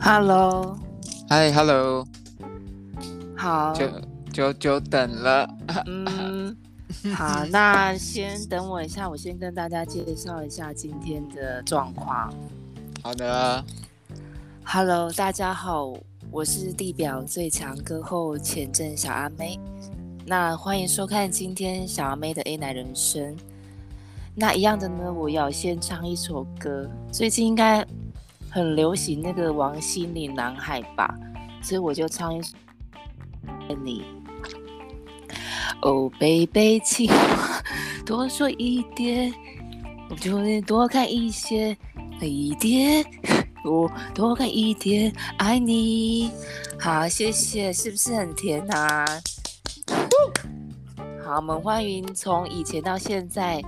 Hello，嗨，Hello，好，久久久等了。嗯，好，那先等我一下，我先跟大家介绍一下今天的状况。好的， Hello，大家好，我是地表最强歌后浅正小阿妹。那欢迎收看今天小阿妹的 A 奶人生。那一样的呢，我要先唱一首歌，最近应该很流行那个王心凌《男孩》吧，所以我就唱一首给你。哦，贝贝，请多说一点，我就能多看一些，一点， 我多看一点，爱你。好，谢谢，是不是很甜啊？好，我们欢迎从以前到现在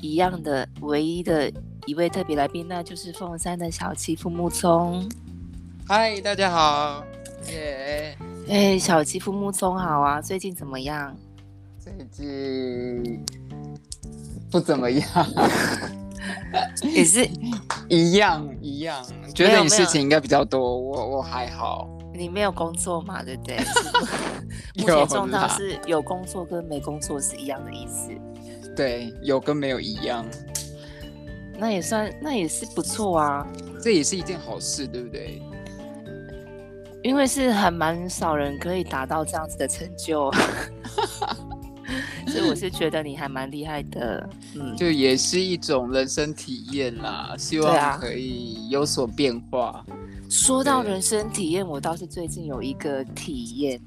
一样的唯一的一位特别来宾，那就是凤山的小七父木聪。嗨，大家好，耶、哎，小七父木聪好啊，最近怎么样？最近不怎么样， 也是一样一样，觉没得有你没事有情应该比较多，我我还好。你没有工作嘛，对不 对？目有前状啦况是有工作跟没工作是一样的意思，对，有跟没有一样，那也算那也是不错啊，这也是一件好事，对不对？因为是还蛮少人可以达到这样子的成就， 所以我是觉得你还蛮厉害的，嗯，就也是一种人生体验啦，希对啊望可以有所变化。说到对人生体验，我倒是最近有一个体验，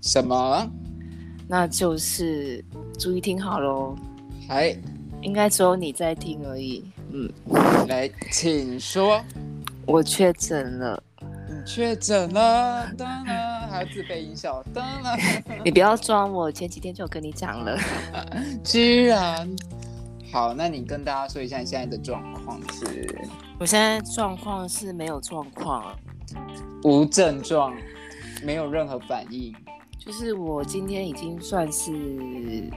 什么？那就是注意听好喽，来应该只有你在听而已。嗯，来，请说。我确诊了，你确诊了，当然还有自备音效，当 然，你不要装我，前几天就有跟你讲了。居然。好，那你跟大家说一下你现在的状况是我现在状况是没有状况，啊无症状，没有任何反应。就是我今天已经算是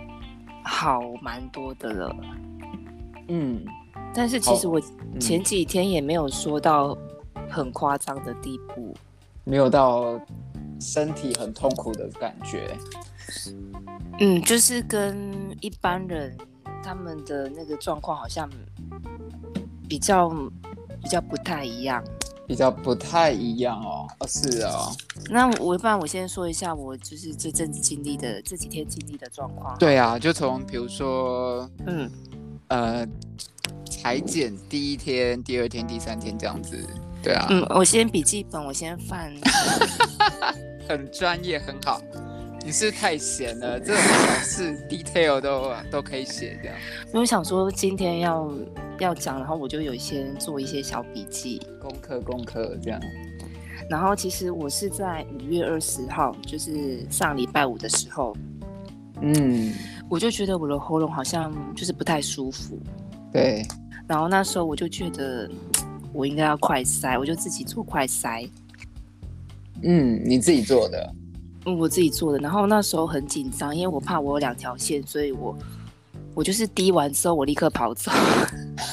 好蛮多的了，嗯，但是其实好我嗯前几天也没有说到很夸张的地步。没有到身体很痛苦的感觉。嗯，就是跟一般人他们的那个状况好像比较比较不太一样。比较不太一样哦，哦是哦，那我不然我先说一下我就是这阵子经历的这几天经历的状况。，对啊，就从比如说嗯，呃，裁剪第一天、第二天、第三天这样子，对啊，嗯，我先笔记本，我先翻。很专业，很好。你是太闲了，这种小事 detail 都都可以写这样。因为我想说今天要要讲，然后我就有先做一些小笔记。功课功课这样。然后其实我是在五月二十号，就是上礼拜五的时候，嗯，我就觉得我的喉咙好像就是不太舒服。对，然后那时候我就觉得我应该要快塞，我就自己做快塞，嗯，你自己做的，嗯我自己做的。然后那时候很紧张，因为我怕我有两条线，所以我我就是滴完之后我立刻跑走，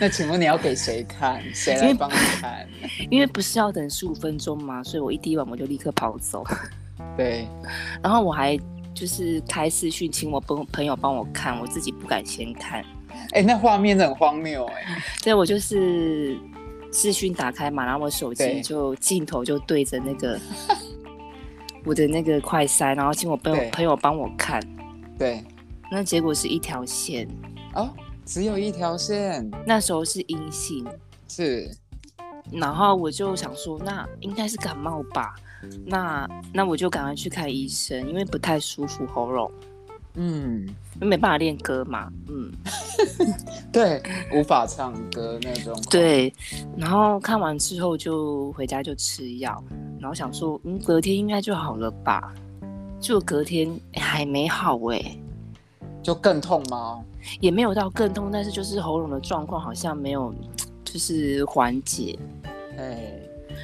那请问你要给谁看？谁来帮你看？因为不是要等十五分钟嘛，所以我一滴完我就立刻跑走。对，然后我还就是开视讯，请我朋朋友帮我看，我自己不敢先看，哎、那画面很荒谬哎、所以我就是视讯打开嘛，然后我手机对就镜头就对着那 个我的那个快塞，然后请我朋友对朋友帮我看，对，那结果是一条线，哦，只有一条线，那时候是阴性，是，然后我就想说，那应该是感冒吧。那那我就赶快去看医生，因为不太舒服喉咙，嗯，因为没办法练歌嘛，嗯，对，无法唱歌那种。，对，然后看完之后就回家就吃药，然后想说，嗯，隔天应该就好了吧？就隔天还没好哎、就更痛吗？也没有到更痛，但是就是喉咙的状况好像没有，就是缓解。哎、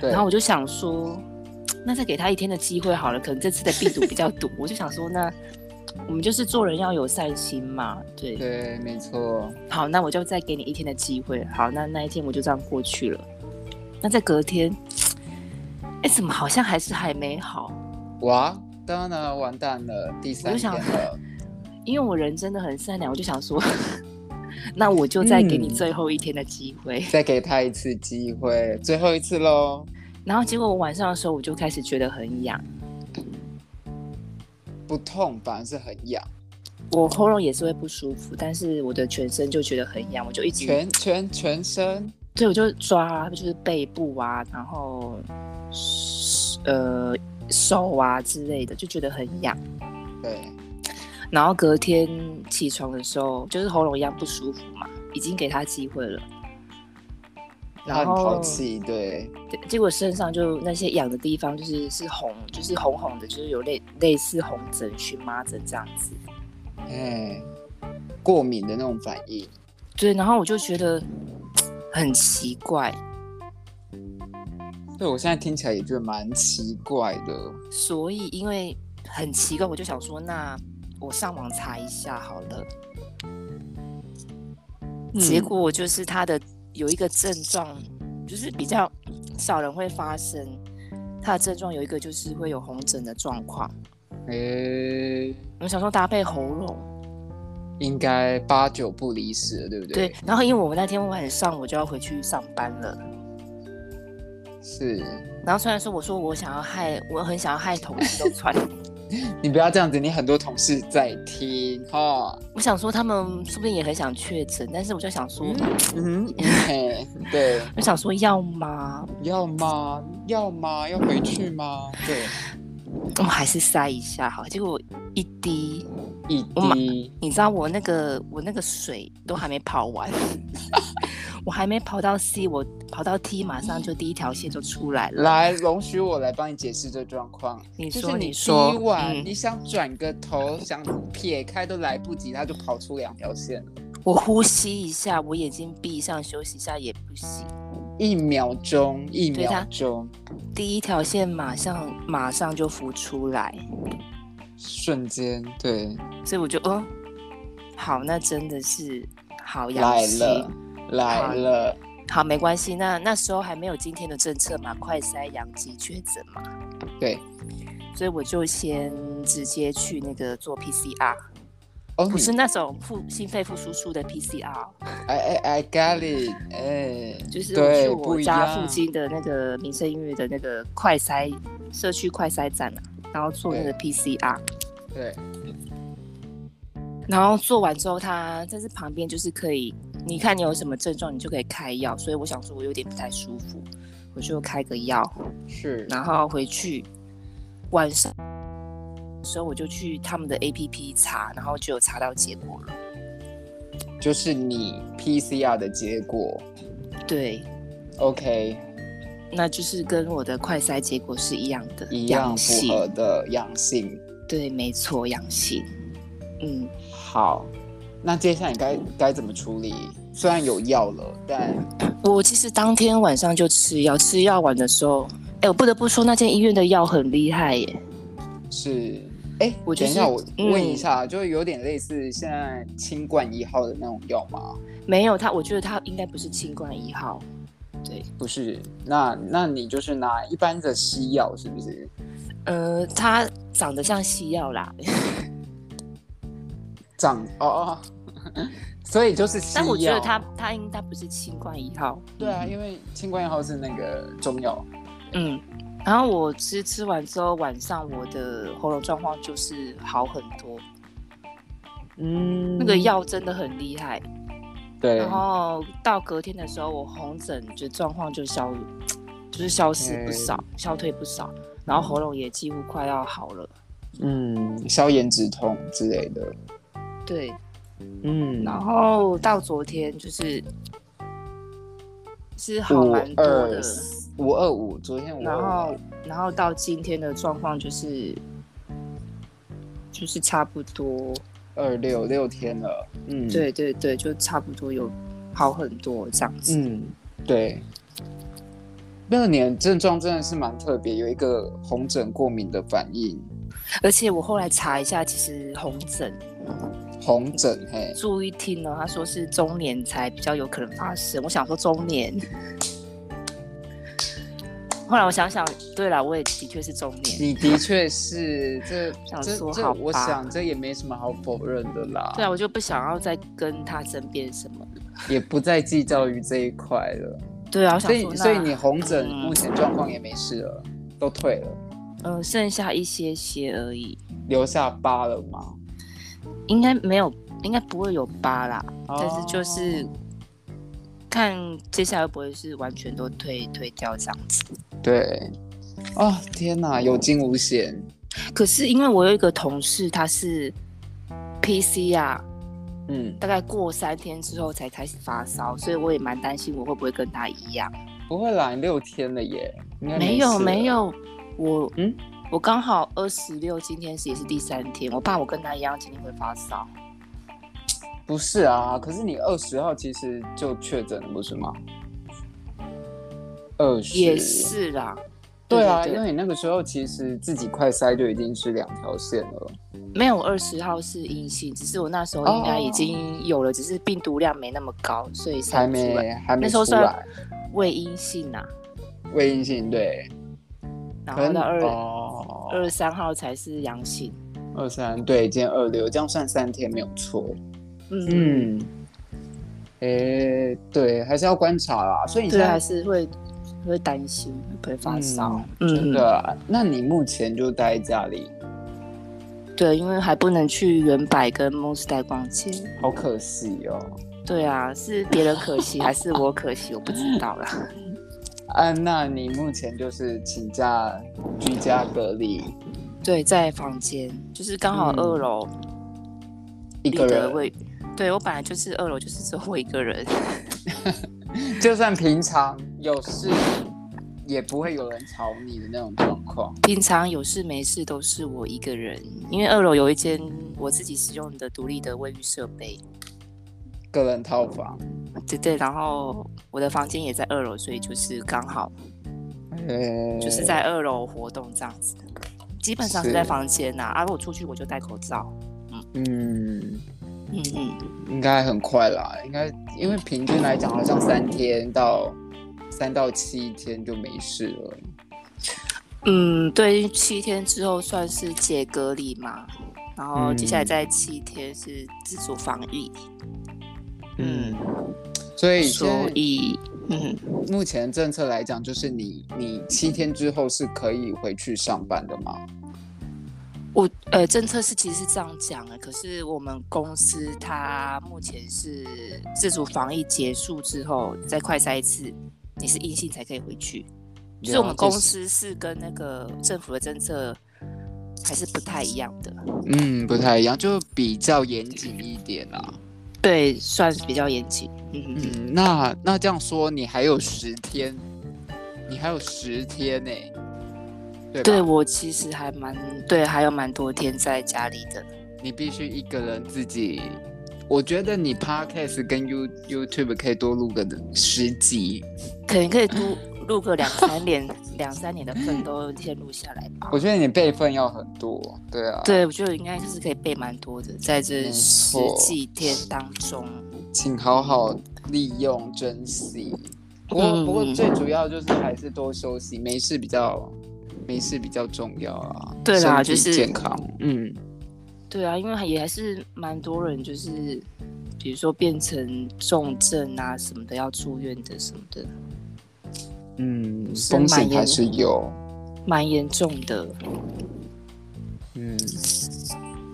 对，然后我就想说，那再给他一天的机会好了，可能这次的病毒比较毒，我就想说，那我们就是做人要有善心嘛，对，对，没错，好，那我就再给你一天的机会。好，那那一天我就这样过去了。那在隔天，哎，怎么好像还是还没好？哇，当然完蛋了，第三天想了，因为我人真的很善良，我就想说， 那我就再给你嗯最后一天的机会。再给他一次机会，最后一次喽。然后结果我晚上的时候，我就开始觉得很痒，不痛反而是很痒，我喉咙也是会不舒服，但是我的全身就觉得很痒，我就一直全全全身对，我就抓，就是背部啊，然后呃手啊之类的，就觉得很痒。对，然后隔天起床的时候，就是喉咙一样不舒服嘛，已经给他机会了，他然很淘后气，对，对结果身上就那些痒的地方就是是红，就是红红的，就是有类类似红疹、荨麻疹这样子。哎，过敏的那种反应，对，然后我就觉得很奇怪，对我现在听起来也觉得蛮奇怪的，所以因为很奇怪，我就想说，那我上网查一下好了。嗯嗯结果就是他的有一个症状，就是比较少人会发生。他的症状有一个就是会有红疹的状况，嗯哎，我想说搭配喉哦咙，应该八九不离十了，对不对？对，。然后因为我们那天晚上我就要回去上班了，是然后虽然说我说我想要害，我很想要害同事都传， 你不要这样子，你很多同事在听哈，我想说他们说不定也很想确诊，但是我就想说，嗯，嘿，对，我想说要吗？要吗？要吗？要回去 吗？对，我还是塞一下好，结果一滴，一我马滴，你知道我那个我那个水都还没跑完， 我还没跑到 C，我跑到 T，马上就第一条线就出来了。来，容许我来帮你解释这状况。你就说，是你第一说，晚、嗯，你想转个头，想撇开都来不及，它就跑出两条线了，我呼吸一下，我眼睛闭上休息一下也不行，一秒钟，一对它秒钟，第一条线马上马上就浮出来，瞬间，对，所以我就嗯，好，那真的是好阳来气，了，来了，好没关系。那那时候还没有今天的政策嘛，快筛阳极确诊嘛。对。所以我就先直接去那个做 PCR，哦，不是你那种腹心肺复苏术的 PCR， ，I I I got it，哎，就是我去对，不我一家附样，近的那个民生医院的那个快筛社区快筛站啊，然后做那个 PCR，对，然后做完之后，它但是旁边就是可以，你看你有什么症状，你就可以开药。所以我想说，我有点不太舒服，我就开个药，是，然后回去晚上的时候我就去他们的 APP 查，然后就有查到结果了。就是你 PCR 的结果对， ，OK，那就是跟我的快筛结果是一样的，一样阳符性。合的阳性，对，没错，阳性。嗯，好，那接下来你该该怎么处理？虽然有药了，但我其实当天晚上就吃药，吃药完的时候，哎，我不得不说那间医院的药很厉害耶。是，哎，我就等一是下，我嗯问一下，就有点类似现在清冠一号的那种药吗？没有他，我觉得他应该不是清冠一号。对，不是，那那你就是拿一般的西药，是不是？呃，它长得像西药啦，长哦哦， 所以就是西药。但我觉得它嗯它应该不是清冠一号。对啊，因为清冠一号是那个中药，嗯，然后我吃吃完之后，晚上我的喉咙状况就是好很多，嗯那个药真的很厉害。对然后到隔天的时候，我红疹就状况就消，就是消失不少，消退不少，然后喉咙也几乎快要好了。嗯，消炎止痛之类的，对，嗯然后到昨天就是是好五蛮多二的，五二五，昨天五然二后然后到今天的状况就是就是差不多，二六六天了，嗯，，对对对，就差不多有好很多这样子。嗯，对。那年症状真的是蛮特别，有一个红疹过敏的反应，而且我后来查一下，其实红疹红疹嘿，注意听哦，他说是中年才比较有可能发生。我想说中年， 后来我想想，对了，我也的确是中年。你的确是这 想这说这，好我吧想这也没什么好否认的啦，对啊，我就不想要再跟他争辩什么。也不再计较于这一块了。对啊，我想所说以那，所以你红疹嗯目前状况也没事了，都退了，呃，剩下一些些而已，留下疤了吗？应该没有，应该不会有疤啦。但是就哦是看接下来会不会是完全都退退掉这样子。对，哦天哪，有惊无险，可是因为我有一个同事，他是 PC 啊，嗯，大概过三天之后才开始发烧，所以我也蛮担心我会不会跟他一样。不会啦，你六天了耶，应该没有事了没，有，我嗯嗯，我刚好二十六，今天是也是第三天，我怕我跟他一样今天会发烧。不是啊，可是你二十号其实就确诊了，不是吗？二十也是啦，对啊，对因为你那个时候其实自己快筛就已经是两条线了。没有二十号是阴性，只是我那时候应该已经有了，只是病毒量没那么高，所以哦还才没还没那时出候算来，未阴性啊。未阴性对，然后可能到二哦二三号才是阳性。二三对，今天二六，这样算三天没有错。嗯，嗯，诶、对，还是要观察啦。所以你现对，啊在还是会会担心会不会发烧。真嗯，的啊、那你目前就待在家里，对，因为还不能去原百跟梦时代逛街。好可惜哦。对啊，是别人可惜还是我可惜，我不知道啦。 啊，那你目前就是请假居家隔离对，在房间，就是刚好嗯二楼一立个的人，位，对我本来就是二楼，就是只有我一个人。就算平常有事，也不会有人吵你的那种状况。平常有事没事都是我一个人，因为二楼有一间我自己使用的独立的卫浴设备，个人套房，对对，然后我的房间也在二楼，所以就是刚好呃，就是在二楼活动这样子，基本上是是在房间呐、啊。如果出去我就戴口罩，嗯，嗯嗯，应该很快啦，应该因为平均来讲，好像三天到三到七天就没事了。嗯，对，七天之后算是解隔离嘛，然后接下来嗯再七天是自主防疫，嗯，所以现所在以嗯，目前政策来讲，就是你你七天之后是可以回去上班的吗？我呃，政策是其实是这样讲的，可是我们公司它目前是自主防疫结束之后再快筛一次，你是阴性才可以回去。就是我们公司是跟那个政府的政策还是不太一样的，嗯不太一样，就比较严谨一点啦、对，算是比较严谨。嗯嗯，嗯，那那这样说，你还有十天，你还有十天呢、对吧？对我其实还蛮对，还有蛮多天在家里的。你必须一个人自己。我觉得你 podcast 跟 You YouTube 可以多录个十集，可能可以 录录个两三年，两三年的份都先录下来吧。我觉得你备份要很多，对啊，，对，我觉得应该是可以背蛮多的，在这没十错几天当中，请好好利用珍惜。不过嗯不过最主要就是还是多休息，没事比较没事比较重要啊，对啦身体就是健康，嗯，对啊，因为也还是蛮多人就是，比如说变成重症啊什么的，要住院的什么的，嗯，是风险蛮严还是有。蛮严重的。嗯，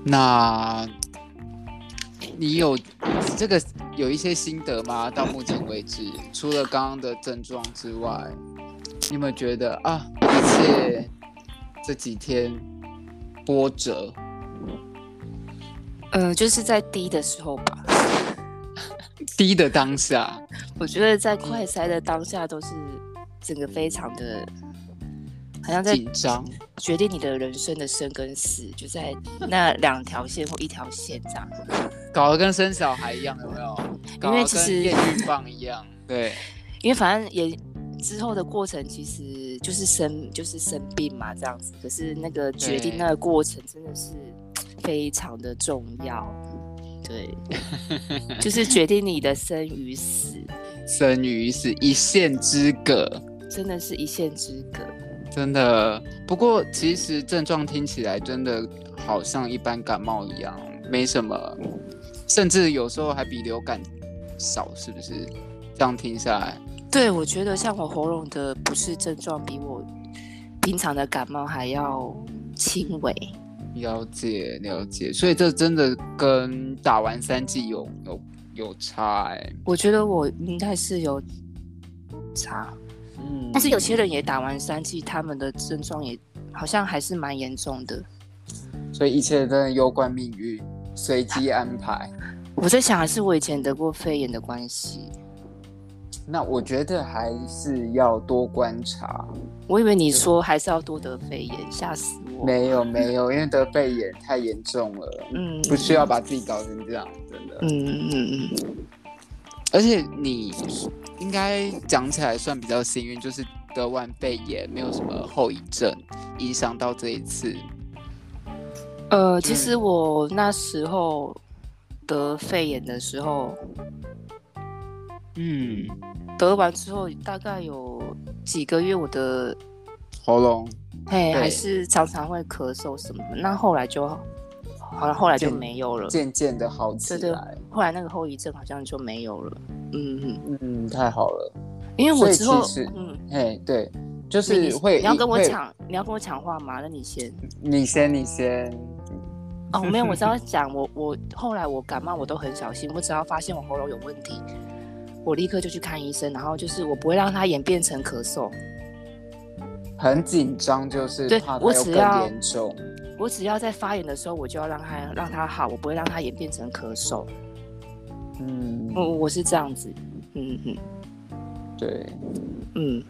那你有这个有一些心得吗？到目前为止，除了刚刚的症状之外，你有没有觉得啊，一切这几天波折？嗯、就是在低的时候吧，低的当下，我觉得在嗯快筛的当下都是整个非常的，好像在紧张，决定你的人生的生跟死，就在那两条线或一条线这样。搞得跟生小孩一样，有没有？搞得因为其跟实验孕棒一样，对，因为反正也之后的过程其实就是生就是生病嘛这样子，可是那个决定对那个过程真的是非常的重要，对，就是决定你的生与死，生与死一线之隔，真的是一线之隔。真的。不过其实症状听起来真的好像一般感冒一样，没什么，甚至有时候还比流感少，是不是？这样听下来，对，我觉得像我喉咙的不适症状比我平常的感冒还要轻微。了解了解，所以这真的跟打完三剂有有有差哎、我觉得我应该是有差，嗯，但是有些人也打完三剂，他们的症状也好像还是蛮严重的。所以一切真的攸关命运，随机安排。我在想，还是我以前得过肺炎的关系。那我觉得还是要多观察。我以为你说还是要多得肺炎，吓死我。没有没有，因为得肺炎太严重了，嗯不需要把自己搞成这样，真的。嗯嗯嗯，而且你应该讲起来算比较幸运，就是得完肺炎没有什么后遗症，影响到这一次。呃，其嗯实我那时候得肺炎的时候，嗯，得完之后大概有几个月，我的喉咙嘿对还是常常会咳嗽什么的。那后来就好了，后来就渐没有了。渐渐的好起对对来。后来那个后遗症好像就没有了。嗯嗯，嗯，太好了。因为所我以之后其实嗯，嘿，对，就你是会你要跟我会，抢，你要跟我抢话吗？那你 先。你先，你先。哦，没有，我只要讲，我我后来我感冒我都很小心，我只要发现我喉咙有问题，我立刻就去看医生，然后就是我不会让它演变成咳嗽，很紧张，就是对怕它我又只更要严重。我只要在发炎的时候，我就要让它让它好，我不会让它演变成咳嗽。嗯，我我是这样子，嗯嗯对。嗯，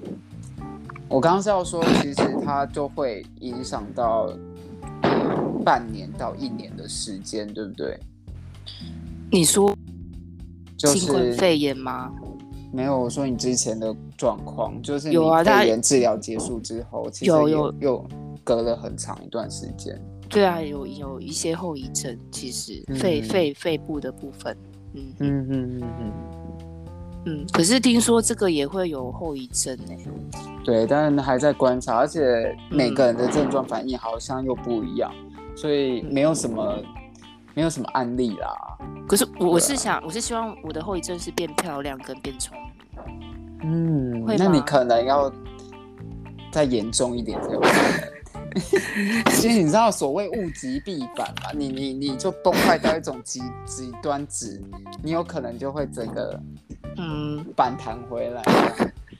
我刚刚是要说，其实它就会影响到半年到一年的时间，对不对？你说就新冠是肺炎吗？没有我说你之前的状况，就是你有啊它肺炎治疗结束之后，其实有又有又隔了很长一段时间。对啊，有有一些后遗症，其实嗯肺肺肺部的部分，嗯嗯嗯嗯嗯，嗯，可是听说这个也会有后遗症欸呢、对，但还在观察，而且嗯每个人的症状反应好像又不一样，所以嗯没有什么没有什么案例啦。可是啊我我是想，我是希望我的后遗症是变漂亮跟变聪明。嗯会那你吗可能要再严重一点才有可能。 其实你知道，所谓物极必反嘛，你你你就崩坏到一种极极端值，你有可能就会整个嗯，反弹回来。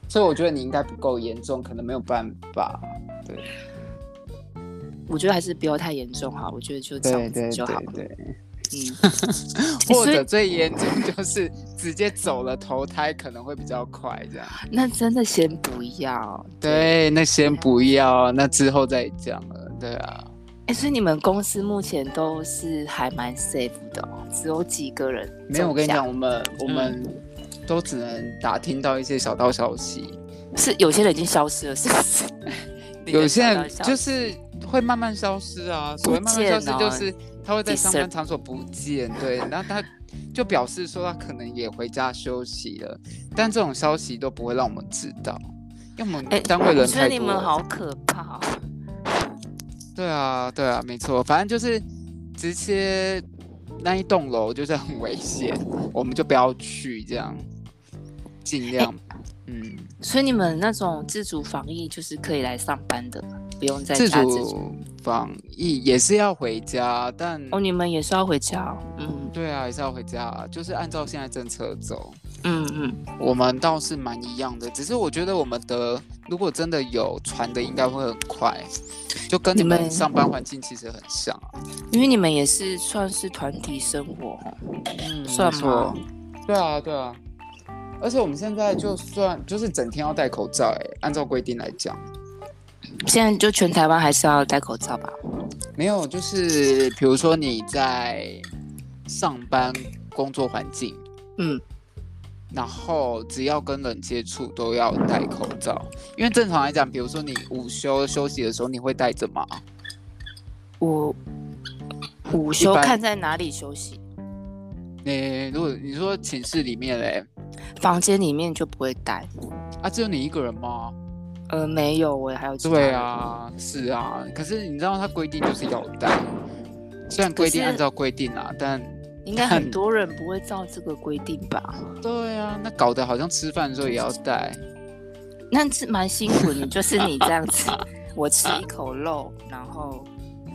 所以我觉得你应该不够严重，可能没有办法。对我觉得还是不要太严重哈，我觉得就这对样对子就好。对对，嗯，或所者以最严重就是直接走了投胎，可能会比较快这样。那真的先不要。对，那先不要，那之后再讲了。对啊。哎、所以你们公司目前都是还蛮 safe 的、哦，只有几个人嗯中奖。没有，我跟你讲，我们我们都只能打听到一些小道消息，是有些人已经消失了，是不 是？有些人就是是会慢慢消失啊。所谓慢慢消见失，啊就是他会在上班 disappear 场所不见， 对，然后他就表示说他可能也回家休息了，但这种消息都不会让我们知道，因为我哎们单位人我觉得太你多们了。好可怕、哦。对啊，对啊，没错，反正就是直接那一栋楼就是很危险，我们就不要去这样，尽量，哎嗯。所以你们那种自主防疫就是可以来上班的，不用在自家自主防疫也是要回家，但哦，你们也是要回家、哦？嗯对啊，也是要回家，就是按照现在政策走。嗯嗯，我们倒是蛮一样的，只是我觉得我们的如果真的有传的，应该会很快，就跟你你们们上班环境其实很像啊。因为你们也是算是团体生活哦。嗯，算没吗错。对啊，对啊。而且我们现在就算就是整天要戴口罩、欸，按照规定来讲，现在就全台湾还是要戴口罩吧？没有就是比如说你在上班工作环境，嗯，然后只要跟人接触都要戴口罩，因为正常来讲，比如说你午休休息的时候，你会戴着吗？我午休一般看在哪里休息，你如果你说寝室里面嘞，欸房间里面就不会戴。啊，只有你一个人吗？呃，没有我还有其他对的，啊，是啊，可是你知道它规定就是要带，虽然规定可是按照规定啊，但应该很多人不会照这个规定吧？ 对啊，那搞得好像吃饭的时候也要带，那是蛮辛苦，你就是你这样子， 我吃一口肉，然后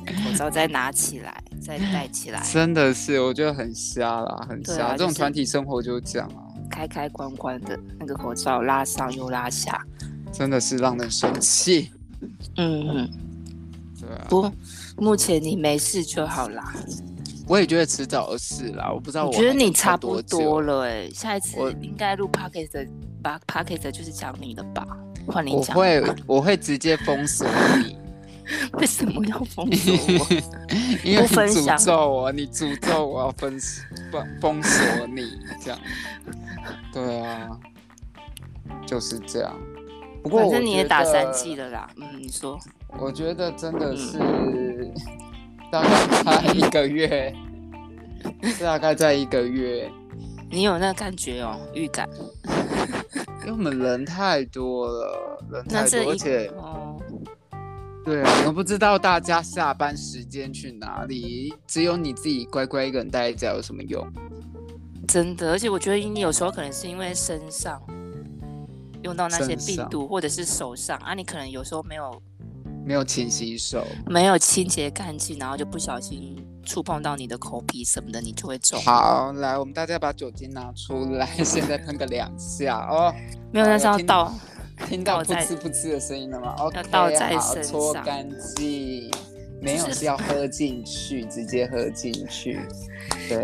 口罩再拿起来，再戴起来，真的 是我觉得很瞎啦，很对瞎。啊这种就是团体生活就是这样啊，开开关关的那个口罩拉上又拉下。真的是让人生气。嗯嗯，对啊，不，目前你没事就好啦。我也觉得迟早的事啦，我不知道我我觉得还能你撑差不久多了哎、下一次我应该录 p o c k e t 的，把 p o c k e t 就是讲你的吧，换你我讲。会我会直接封锁你， 为什么要封锁我？因为你不分享诅咒我，你诅咒我要封封封锁你这样。对啊，就是这样。 不过反我正你也觉打得三剂了嗯啦。嗯，你说我觉得真的是大概在一个月，大概在一个月，你有那个感觉哦，预感。因为我们人太多了，人那太这多，而一且哦，对啊，我不知道大家下班时间去哪里，只有你自己乖乖一个人待在家有什么用？真的，而且我觉得你有时候可能是因为身上用到那些身病上毒，或者是手上啊，你可能有时候没有没有勤洗手，没有清洁干净，然后就不小心触碰到你的口鼻什么的，你就会中。好，来，我们大家把酒精拿出来， 现在喷个两下哦。没有，那是要好有听倒，听到倒噗在嗤噗嗤的声音了吗？OK，要倒在好身搓上干净，没有就是是要喝进去，直接喝进去。对，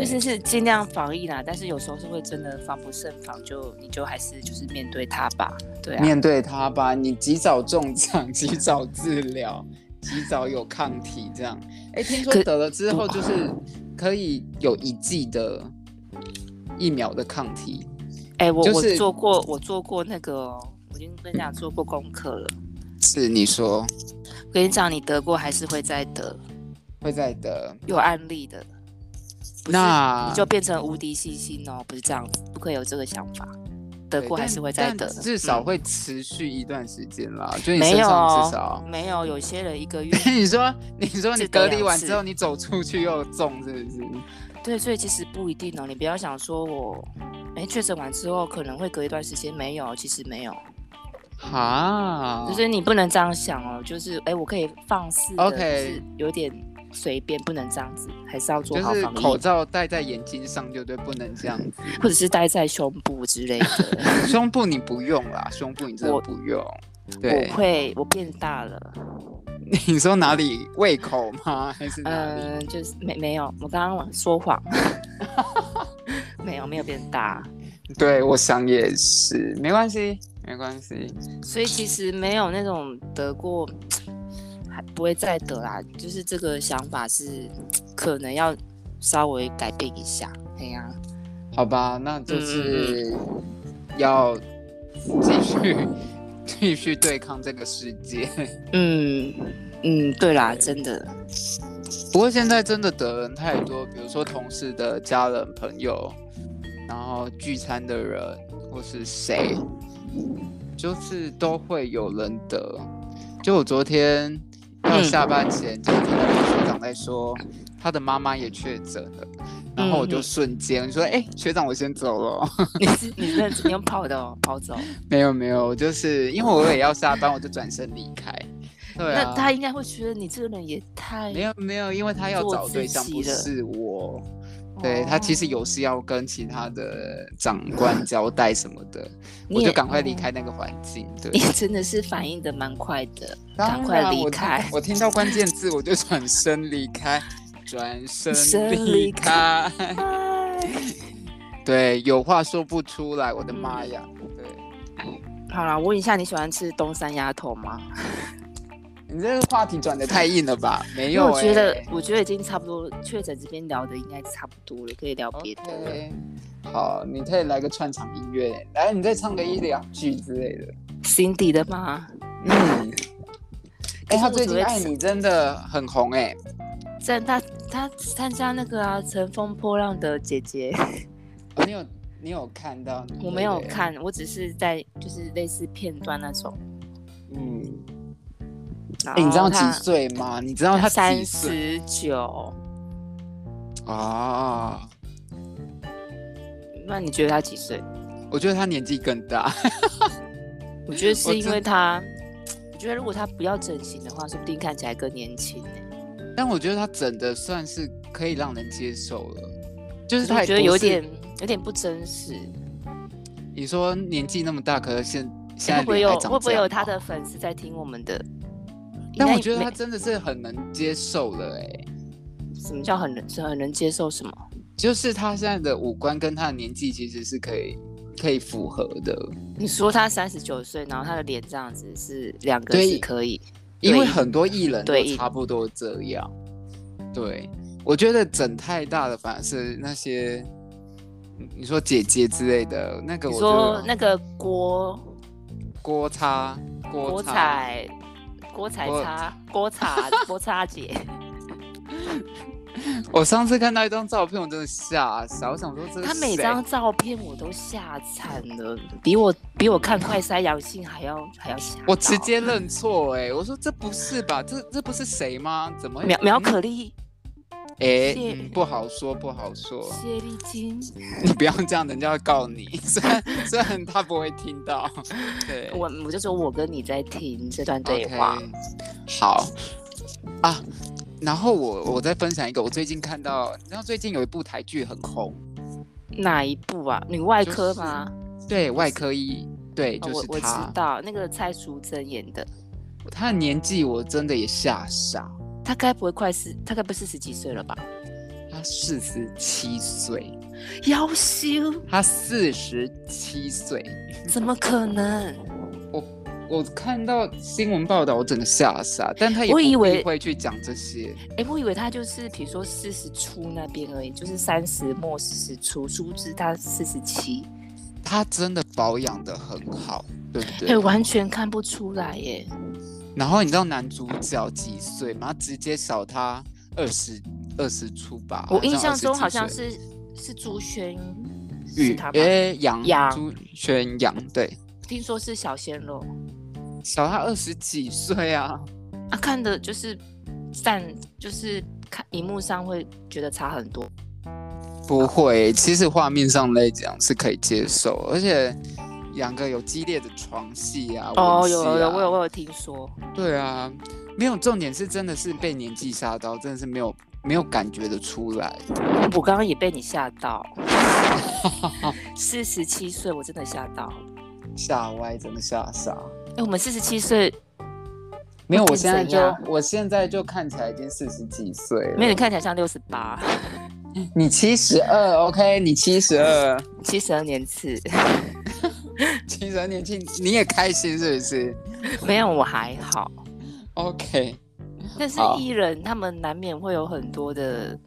就是是尽量防疫啦，但是有时候是会真的防不胜防，就你就还是就是面对它吧。对啊，面对它吧，你及早中奖， 及早治疗，及早有抗体，这样。哎，听说可得了之后就是可以有一剂的疫苗的抗体，哎、我、就是我做过，我做过那个哦、我已经跟你讲做过功课了。是你说我跟你讲，你得过还是会再得，会再得？有案例的。不是那你就变成无敌信心哦，不是这样子，不可以有这个想法。得对过还但是会再但得，至少嗯会持续一段时间啦。就你没身有上至哦少，， 没有有些人一个月你说你说至你少隔两离完次之后，你走出去又中，是不是？对，所以其实不一定哦，你不要想说我哎确诊完之后可能会隔一段时间没有，其实没有，哈，就是你不能这样想哦，就是哎我可以放肆的 OK 就是有点随便，不能这样子，还是要做好就是防疫，口罩戴在眼睛上就对，不能这样子。或者是待在胸部之类的。胸部你不用啦，胸部你真的我不用。 对我，会，我变大了。 你说哪里胃口 吗？还是哪里？嗯，就是没没有，我刚刚说谎， 没有没有变大，对，我想也是，没关系，没关系。所以其实没有那种得过，还不会再得啦。就是这个想法是可能要稍微改变一下。哎呀、好吧，那嗯就是要继续 继续对抗这个世界。嗯嗯，对啦，真 的， 不过现在真的得人太多，比如说同事的家人、朋友，然后聚餐的人或是谁，就是都会有人得。就我昨天要嗯下班前，就听到我学长在说，他的妈妈也确诊了，然后我就嗯瞬间说：“哎、学长，我先走了哦。”你是你认你用跑的哦，跑走。没有没有，我就是因为我也要下班，我就转身离开。对啊，那他应该会觉得你这个人也太没有没有，因为他要哎做找对自象，己哦不了是我。对他其实实有事要跟其他的长官交代什么 的，我就赶快离。开那个环境。对哦你，也真的是反应的蛮快的，当赶快然离我开。我听到关键字我就转身离开，转身身离离开。 对，有话说不出来，我的嗯妈呀！对。好啦，我问一下，你喜欢吃东山鸭头吗？你这个话题转的太硬了吧？没因为有、欸，我觉得，我觉得已经差不多，确诊这边聊的应该差不多了，可以聊哦别的了。 OK，好，你可以来个串场音乐，来，你再唱个一两句之类的。 Cindy 的吗？嗯，哎、可是他我最只会近爱你真的很红哎、在他他参加那个啊《乘风破浪的姐姐》， 哦你有你有看到？我没有对不对。看，我只是在就是类似片段那种，嗯，然哎，你知道后几他岁吗？你知道他几三岁十九，啊？那你觉得他几岁？我觉得他年纪更大， 我觉得我是因真为他，我觉得如果他不要整形的话，说不定看起来更年轻欸。但我觉得他整的算是可以让人接受了，就可是是他我也觉得不有是点有点不真实，你说年纪那么大，可是现现在会不会脸还有长会不会这样有他吗？的粉丝在听我们的？应但该我觉得没他真的是很能接受了、欸，什么叫很能很能接受什么？就是他现在的五官跟他的年纪其实是可以可以符合的，你说他三十九岁，然后他的脸这样子是两个对是可以，因对为很多艺人都对差不多这样。对，我觉得整太大的反而是那些，嗯你说姐姐之类的那个，你我说觉得那个郭郭叉郭郭叉采郭采郭擦郭 采郭擦姐，我上次看到一张照片，我真的吓傻，我想说这是她每谁张照片我都吓惨了，比我比我看快筛阳性还要还要吓到。我直接认错哎、我说这不是吧？这这不是谁吗？怎么会苗苗嗯可丽、哎、谢嗯不好说，不好说， 谢丽金，你不要这样，人家要告你。 虽然虽然他不会听到， 对我我就说我跟你在听这段对话 o k 好啊。然后我我再分享一个，我最近看到，你知道最近有一部台剧很红，哪一部啊？女外科吗？对外科医，对，哦就是我我他知，道那个蔡淑珍演的，他的年纪我真的也吓傻，她该不会快四，她该不会四十几岁了吧？他四十七岁，妖修？他四十七岁，怎么可能？我看到新闻报道，我整个吓傻，但他也我以不避为会去讲这些，哎、我以为她就是比如说四十出那边而已，就是三十末四十出，殊不知她四十七，他真的保养的很好，对不哎、对？完全看不出来耶。然后你知道男主角几岁吗？直接小他二十二十出吧。我印象中27好像岁是是朱轩，玉是她吗？诶杨杨朱轩杨对，听说是小鲜肉小他二十几岁啊。啊，看的就是站就是看荧幕上会觉得差很多。不会，其实画面上来讲是可以接受，而且两个有激烈的床戏啊，哦，吻戏有有有，啊我有我有听说。对啊，没有重点是真的是被年纪杀到，真的是没有没有感觉的出来。我刚刚也被你吓 到，四十七岁，我真的吓到。吓歪，真的吓傻。哎、我们四十七岁，没有，那我是现在怎就样我现在就看起来已经四十几岁了。没有你看起来像六十八，你七十二，OK，你七十二，七十二年次。七十二年轻，你也开心是不是 没有，我还好。 ？OK，但是好艺人他们难免会有很多的，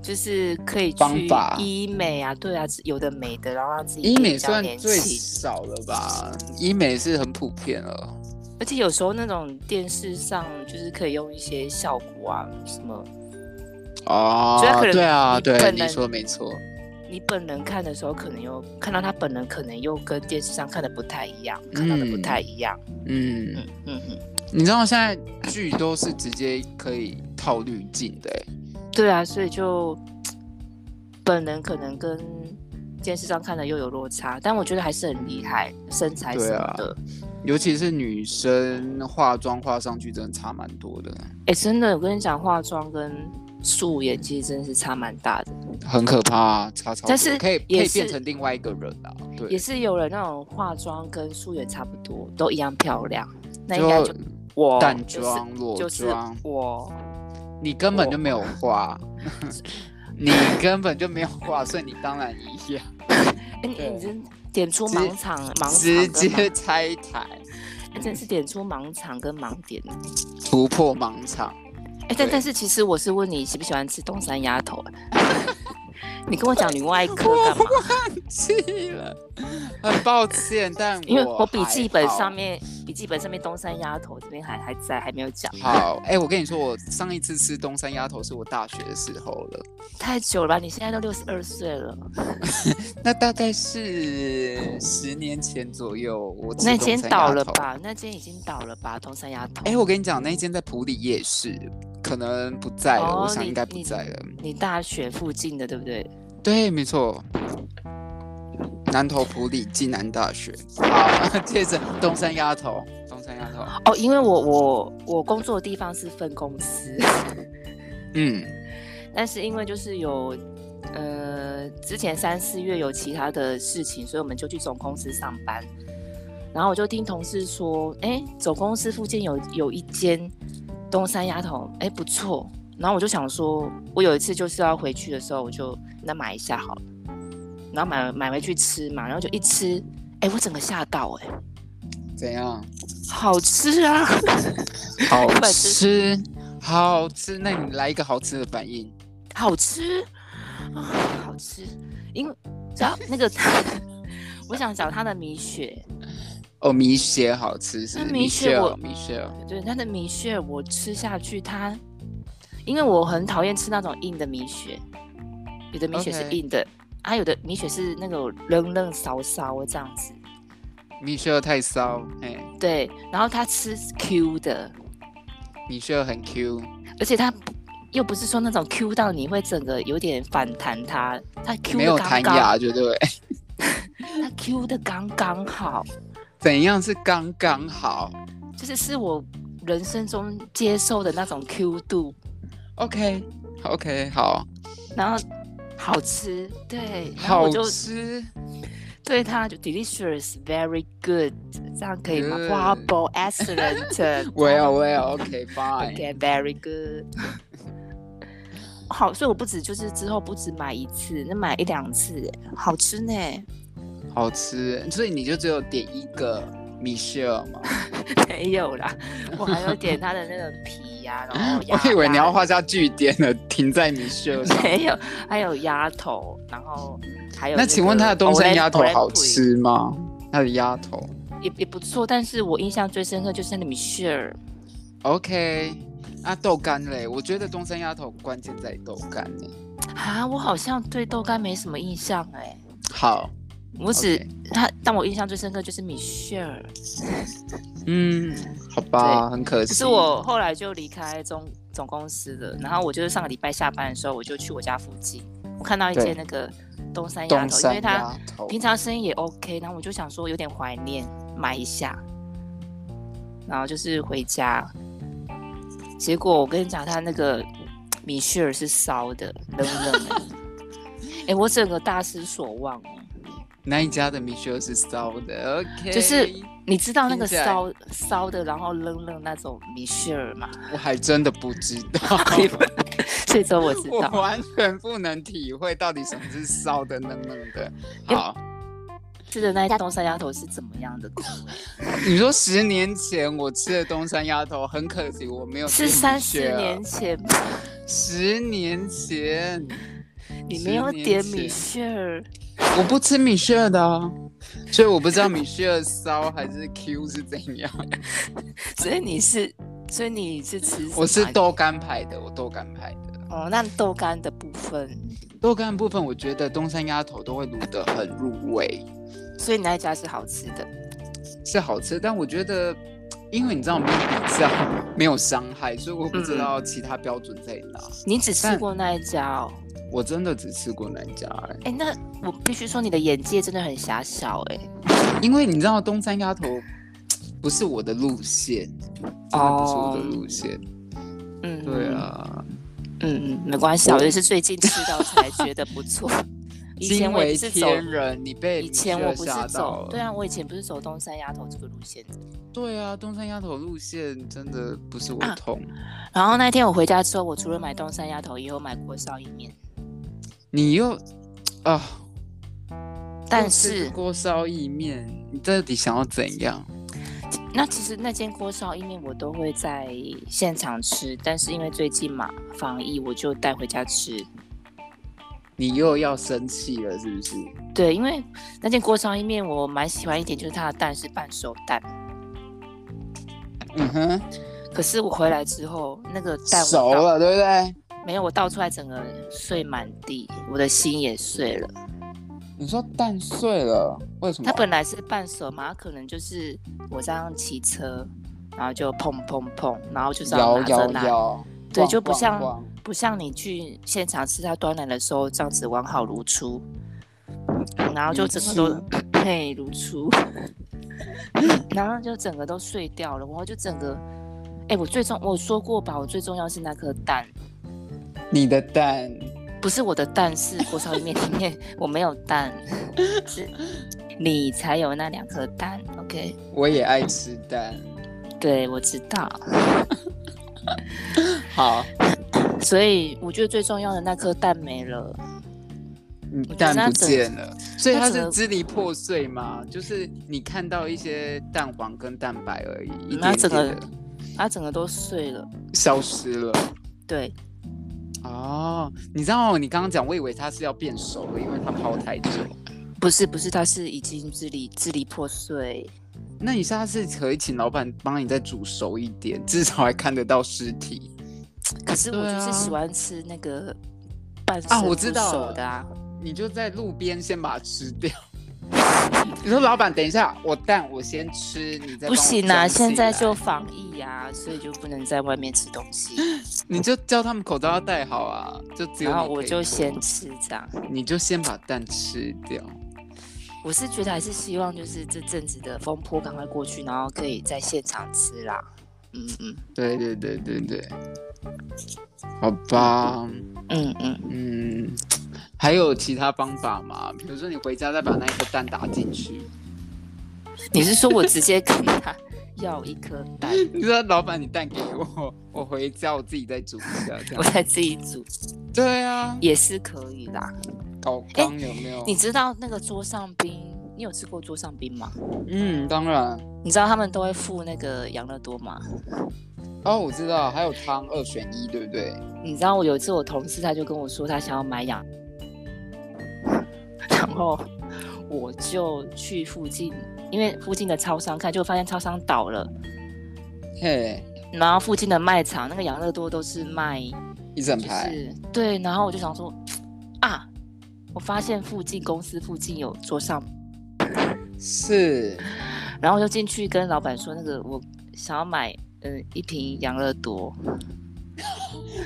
就是可以方去法医美啊，对啊，有的没的，然后让自己医美比较算年最轻。少了吧？医美是很普遍了。而且有时候那种电视上就是可以用一些效果啊，什么哦所以他可能对啊，你可对，你能说没错，你本人看的时候，可能又看到他本人，可能又跟电视上看的不太一样，看到的不太一样。嗯，嗯嗯嗯，你知道现在剧都是直接可以套滤镜的欸、对啊，所以就本人可能跟电视上看的又有落差，但我觉得还是很厉害，身材什啊么的。尤其是女生化妆化上去，真的差蛮多的，哎、真的，我跟你讲，化妆跟素颜其实真的是差蛮大的。很可怕、啊，差超多。但是可以可也以是变成另外一个人啊，对，也是有人那种化妆跟素颜差不多，都一样漂亮，那应该就嗯就我淡就是妆、裸妆。就是我。你根本就没哦有 画，你根本就没有画，所以你当然一样，哎、你对你真点出直盲场，盲场直跟盲接拆台，欸真是点出盲场跟盲点呢。突破盲场。哎、但对但是其实我是问你喜不喜欢吃东山鸭头啊， 你跟我讲女外科干 嘛？气了，很抱歉，但因为我我笔记本还好上面笔记本上面东山鸭头这边还还在，还没有讲，好，哎、我跟你说，我上一次吃东山鸭头是我大学的时候了，太久了吧？你现在都六十二岁了，那大概是十年前左右，我吃那东间山倒鸭了头？吧？那间已经倒了吧？东山鸭头。哎、我跟你讲，那一间在普里夜市，可能不在了，我哦想你应该不你在了。你大学附近的对不对？对，没错，南投普里暨南大学。好， 接着东山鸭头，东山鸭头，哦，因为我我我工作的地方是分公司，嗯，但是因为就是有呃之前三四月有其他的事情，所以我们就去总公司上班。然后我就听同事说，哎，总公司附近有有一间东山鸭头，哎不错。然后我就想说，我有一次就是要回去的时候，我就那买一下好了。然后买买回去吃嘛，然后就一吃，哎，我整个吓到、哎，怎样？好吃啊！ 好本就是吃，好吃。那你来一个好吃的反应。好吃啊，好吃，因为只要那个， 我想讲它的米血，哦，米血好吃是那不是米血我米血哦，对它的米血，我吃下去它，因为我很讨厌吃那种硬的米血，有的米血是 OK 硬的啊，有的米血是那种冷冷烧烧这样子，米血哦太骚，哎，对，然后它吃 Q 的，米血哦很 Q，而且它不又不是说那种 Q 到你会整个有点反弹它，它 Q 没的有刚弹刚，牙，绝对。它 Q 的刚刚好。 怎样是刚刚好就是是我人生中接受的那种 Q 度， ？OK OK，好，然后好吃，对，然后好我就吃。对它就 delicious, very good，这样可以吗 Good ？Horrible, excellent, Well well，OK fine。 okay, very good 。好，所以我不止就是之后不止买一次，那买一两次，好吃呢。好吃，所以你就只有点一个米歇尔吗？没有啦， 我还有点它的那个皮哦呀、然 后鸭我以为你要鸭画下句点了，停在米歇尔 上。没有，还有鸭头，然后还有那请问他的东山鸭头好吗？吃吗？哦他的鸭头也也不错，但是我印象最深刻就是那个米歇尔， ，OK。那豆干嘞？我觉得东山鸭头关键在豆干呢。啊，我好像对豆干没什么印象哎、好，我只 OK 他但我印象最深刻就是米歇尔，嗯，好吧，很可惜。可是我后来就离开总总公司了，然后我就是上个礼拜下班的时候，我就去我家附近，我看到一对间那个东山鸭东头，因山为它鸭头，平常生意也 OK，然后我就想说有点怀念，买一下，然后就是回家，结果我跟你讲，他那个米歇尔是烧的，冷冷的， 哎、我整个大失所望哦那一家的米歇尔是烧的？OK，就是你知道那个听起来烧烧的，然后冷冷那种米歇尔吗？ 我还真的不知道。 这周我知我道，完全不能体会到底什么是烧的嫩嫩 的。好，吃的那一家东山鸭头是怎么样的口味？你说十年前我吃的东山鸭头，很可惜我没有是去三米歇十尔年，前，十年前你没有10年点前米歇尔。我不吃米歇尔的、啊，所以我不知道米歇尔烧还是 Q 是怎 样。所以你是，所以你是吃什么啊，我是豆干派的，我豆干派的。哦，那豆干的部分，豆干部分，我觉得东山鸭头都会卤得很入味，所以你那一家是好吃的。是好吃，但我觉得。因为你知道我没有比较， 没有伤害，所以我不知嗯道其他标准在哪。你只吃但过那一家哦，我真的只吃过那一家、欸，哎，那我必须说你的眼界真的很狭小哎、因为你知道东山鸭头不是我的路线，真的不是我的路线。哦嗯，对，啊，嗯嗯，没关系啊，我我也是最近吃到才觉得不 错。以前惊我也为不是走，天人，你被以前米我雪不吓是到走，了对啊，我以前不是走东山鸭头这个路线的。对啊，东山鸭头路线真的不是我啊的痛。然后那天我回家之后，我除了买东山鸭头，也有买过烧意面，你又啊，但又吃是锅烧意面，你到底想要怎样？那其实那间锅烧意面我都会在现场吃，但是因为最近嘛防疫，我就带回家吃。你又要生气了是不是？对，因为那间锅烧意面我蛮喜欢一点，就是它的蛋是半熟蛋，嗯哼，可是我回来之后，那个蛋我熟倒了，对不对？没有，我倒出来整个碎满地，我的心也碎了。你说蛋碎了，为什么？它本来是半熟嘛，它可能就是我这样骑车，然后就砰砰砰，然后就这样摇拿着摇拿，摇，对晃就不晃像晃不像你去现场吃它端来的时候这样子完好如初，然后就整个如都 嘿如初， 然后就整个都碎掉了，然后就整个，哎、我最重我说过吧，我最重要是那颗蛋，你的蛋，不是我的蛋是锅烧意面里面我没有蛋，是你才有那两颗蛋，OK？我也爱吃蛋。对，我知道，好，所以我觉得最重要的那颗蛋没了。你我觉得嗯蛋它不整见了，所以它它整是个支离破碎嘛，就是你看到一些蛋黄跟蛋白而已，一嗯它点整个点的它整个都碎了。消失了。对，哦，你知道你刚刚讲，我以为它是要变熟了，因为它泡太久。不是不是，它是已经支离支离破碎。那你下次可以请老板帮你再煮熟一点，至少还看得到尸体可是我对就是啊喜欢吃那个半生啊！我不知道熟了的啊。，你就在路边先把它吃掉。 你说老板，等一下，我蛋我先吃，你再不帮我行啊，装现起在来就防疫啊，所以就不能在外面吃东西。你就叫他们口罩要戴好啊，就 只有然后你我可以就脱先吃这样。你就先把蛋吃掉。我是觉得还是希望就是这阵子的风波赶快过去，然后可以在现场吃啦。嗯嗯对对对对对，好吧，嗯嗯，嗯，还有其他方法吗？比如说你回家再把那颗蛋打进去。你是说我直接跟他要一颗蛋，你说老板，你蛋给我，我回家我自己再煮一下，这我样。再自己煮对啊，也是可以啦。搞刚有没有？哎你知道那个桌上冰，你有吃过桌上冰吗？嗯，当然。你知道他们都会附那个养乐多吗？哦，我知道，还有汤二选一，对不对？你知道我有一次我同事他就跟我说他想要买养， 然后我就去附近，因为附近的超商看，就发现超商倒了，嘿，然后附近的卖场那个养乐多都是卖，一整就排。是对，然后我就想说啊，我发现附近公司附近有桌上是，然后我就进去跟老板说，那个我想要买嗯一瓶养乐多，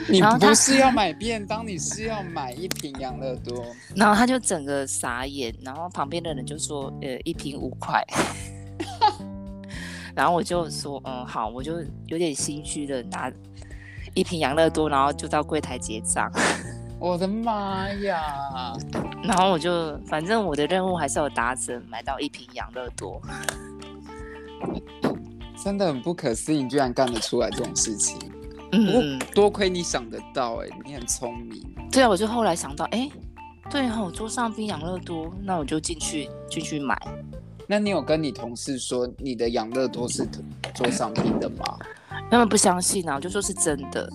你然后他不是要买便当，你是要买一瓶养乐多。然后他就整个傻眼，然后旁边的人就说呃一瓶五块， 然后我就说嗯好，我就有点心虚的拿一瓶养乐多，然后就到柜台结账， 我的妈呀！然后我就反正我的任务还是有达成，买到一瓶养乐多，真的很不可思议，你居然干得出来这种事情。嗯，多亏你想得到、哎，你很聪明。对啊，我就后来想到哎。对吼、桌上冰养乐多，那我就进去进去买。那你有跟你同事说你的养乐多是桌上冰的吗？他们不相信啊，我就说是真的。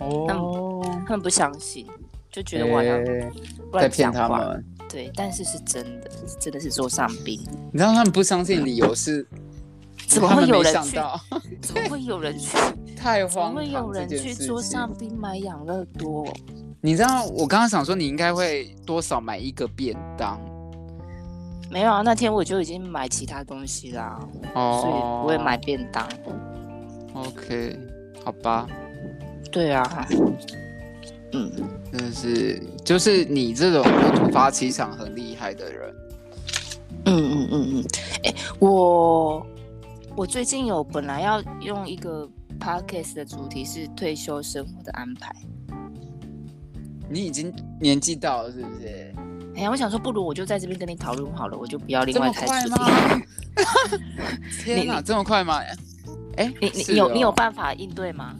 哦，他们不相信，就觉得我好像欸在乱骗讲他话。们。对，但是是真的，是真的是桌上宾，你知道他们不相信理由是， 怎么他会们有没人想去 到，怎么会有人 去？太怎么荒会有唐这人件去事桌上情。宾买养乐多？你知道我刚刚想说你应该会多少买一个便当没有啊，那天我就已经买其他东西啦，哦，所以不会买。便当。 OK，好吧。对啊，嗯，真的是，就是你这种就突发奇想很厉害的人，嗯嗯嗯嗯，哎、我我最近有本来要用一个 podcast 的主题是退休生活的安排。你已经年纪到了，是不是？哎呀，我想说，不如我就在这边跟你讨论好了，我就不要另这外么开快主题。吗？ 天哪，你这么快吗？哎，你你是你有哦你有办法应对吗？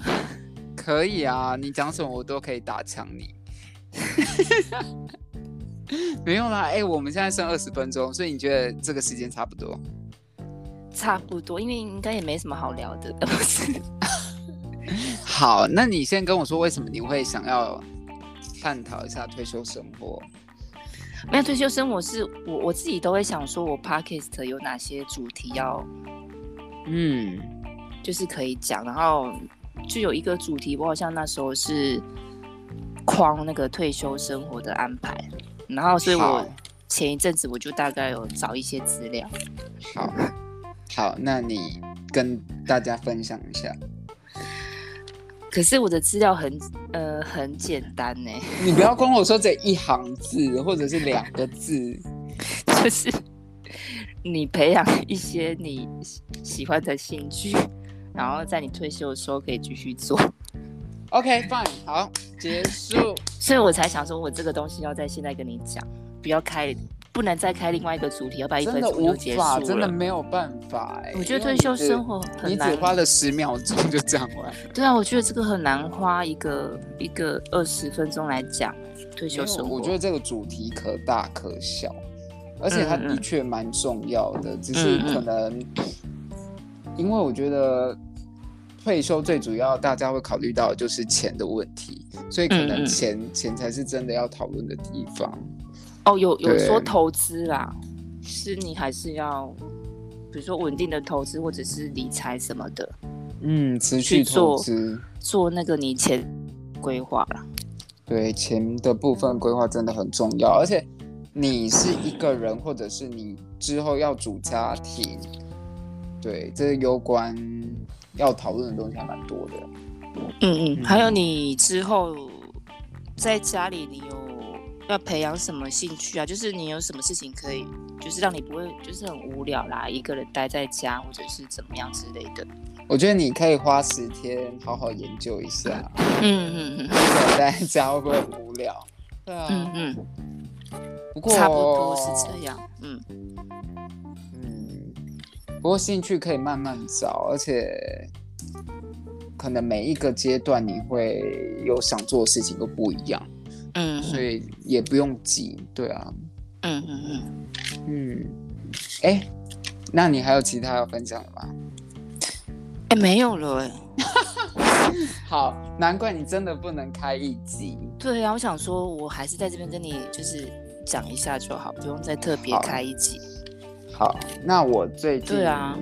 可以啊，你讲什么我都可以打枪你。 没有啦，哎、我们现在剩二十分钟，所以你觉得这个时间差不多？差不多，因为应该也没什么好聊的， 不是？好，那你先跟我说为什么你会想要探讨一下退休生活？没有退休生活是我我自己都会想说，我 podcast 有哪些主题要嗯，就是可以讲，然后就有一个主题，我好像那时候是框那个退休生活的安排，然后所以我好前一阵子我就大概有找一些资料。好， 好，那你跟大家分享一下。可是我的资料很呃很简单欸呢，你不要跟我说这一行字或者是两个字，就是你培养一些你喜喜欢的兴趣，然后在你退休的时候可以继续做。 OK fine，好，结束。所以我才想说，我这个东西要在现在跟你讲，不要开，不能再开另外一个主题，要不然一真分的钟就无结束法，了。真的没有办法哎、我觉得退休生活因为很你只，你难只。花了十秒钟就讲完，对啊，我觉得这个很难花一个一个二十分钟来讲退休生活。我觉得这个主题可大可小，而且它嗯嗯嗯的确蛮重要的，只是可能因为我觉得退休最主要大家会考虑到的就是钱的问题，所以可嗯嗯能钱钱才是真的要讨论的地方。哦，有有对说投资啦，是你还是要，比如说稳定的投资或者是理财什么的，嗯，持去续做投资。做那个你前规划啦。对钱的部分规划真的很重要，而且你是一个人，或者是你之后要组家庭，对，这有关要讨论的东西还蛮多的。嗯嗯，嗯还有你之后在家里，你有要培养什么兴趣啊？就是你有什么事情可以，就是让你不会就是很无聊啦，一个人待在家或者是怎么样之类的。我觉得你可以花十天好好研究一下，嗯嗯一个人待在家会不会很无聊？对啊，嗯嗯不嗯，过差不多是这。样。嗯，嗯，不过兴趣可以慢慢找，而且可能每一个阶段你会有想做的事情都不一样。嗯所嗯以也不用急，对啊，嗯嗯嗯，嗯，哎、那你还有其他要分享的吗？哎、没有了哎、好，难怪你真的不能开一集，对啊，我想说，我还是在这边跟你就是讲一下就好，不用再特别好开一集。好，那我最近对啊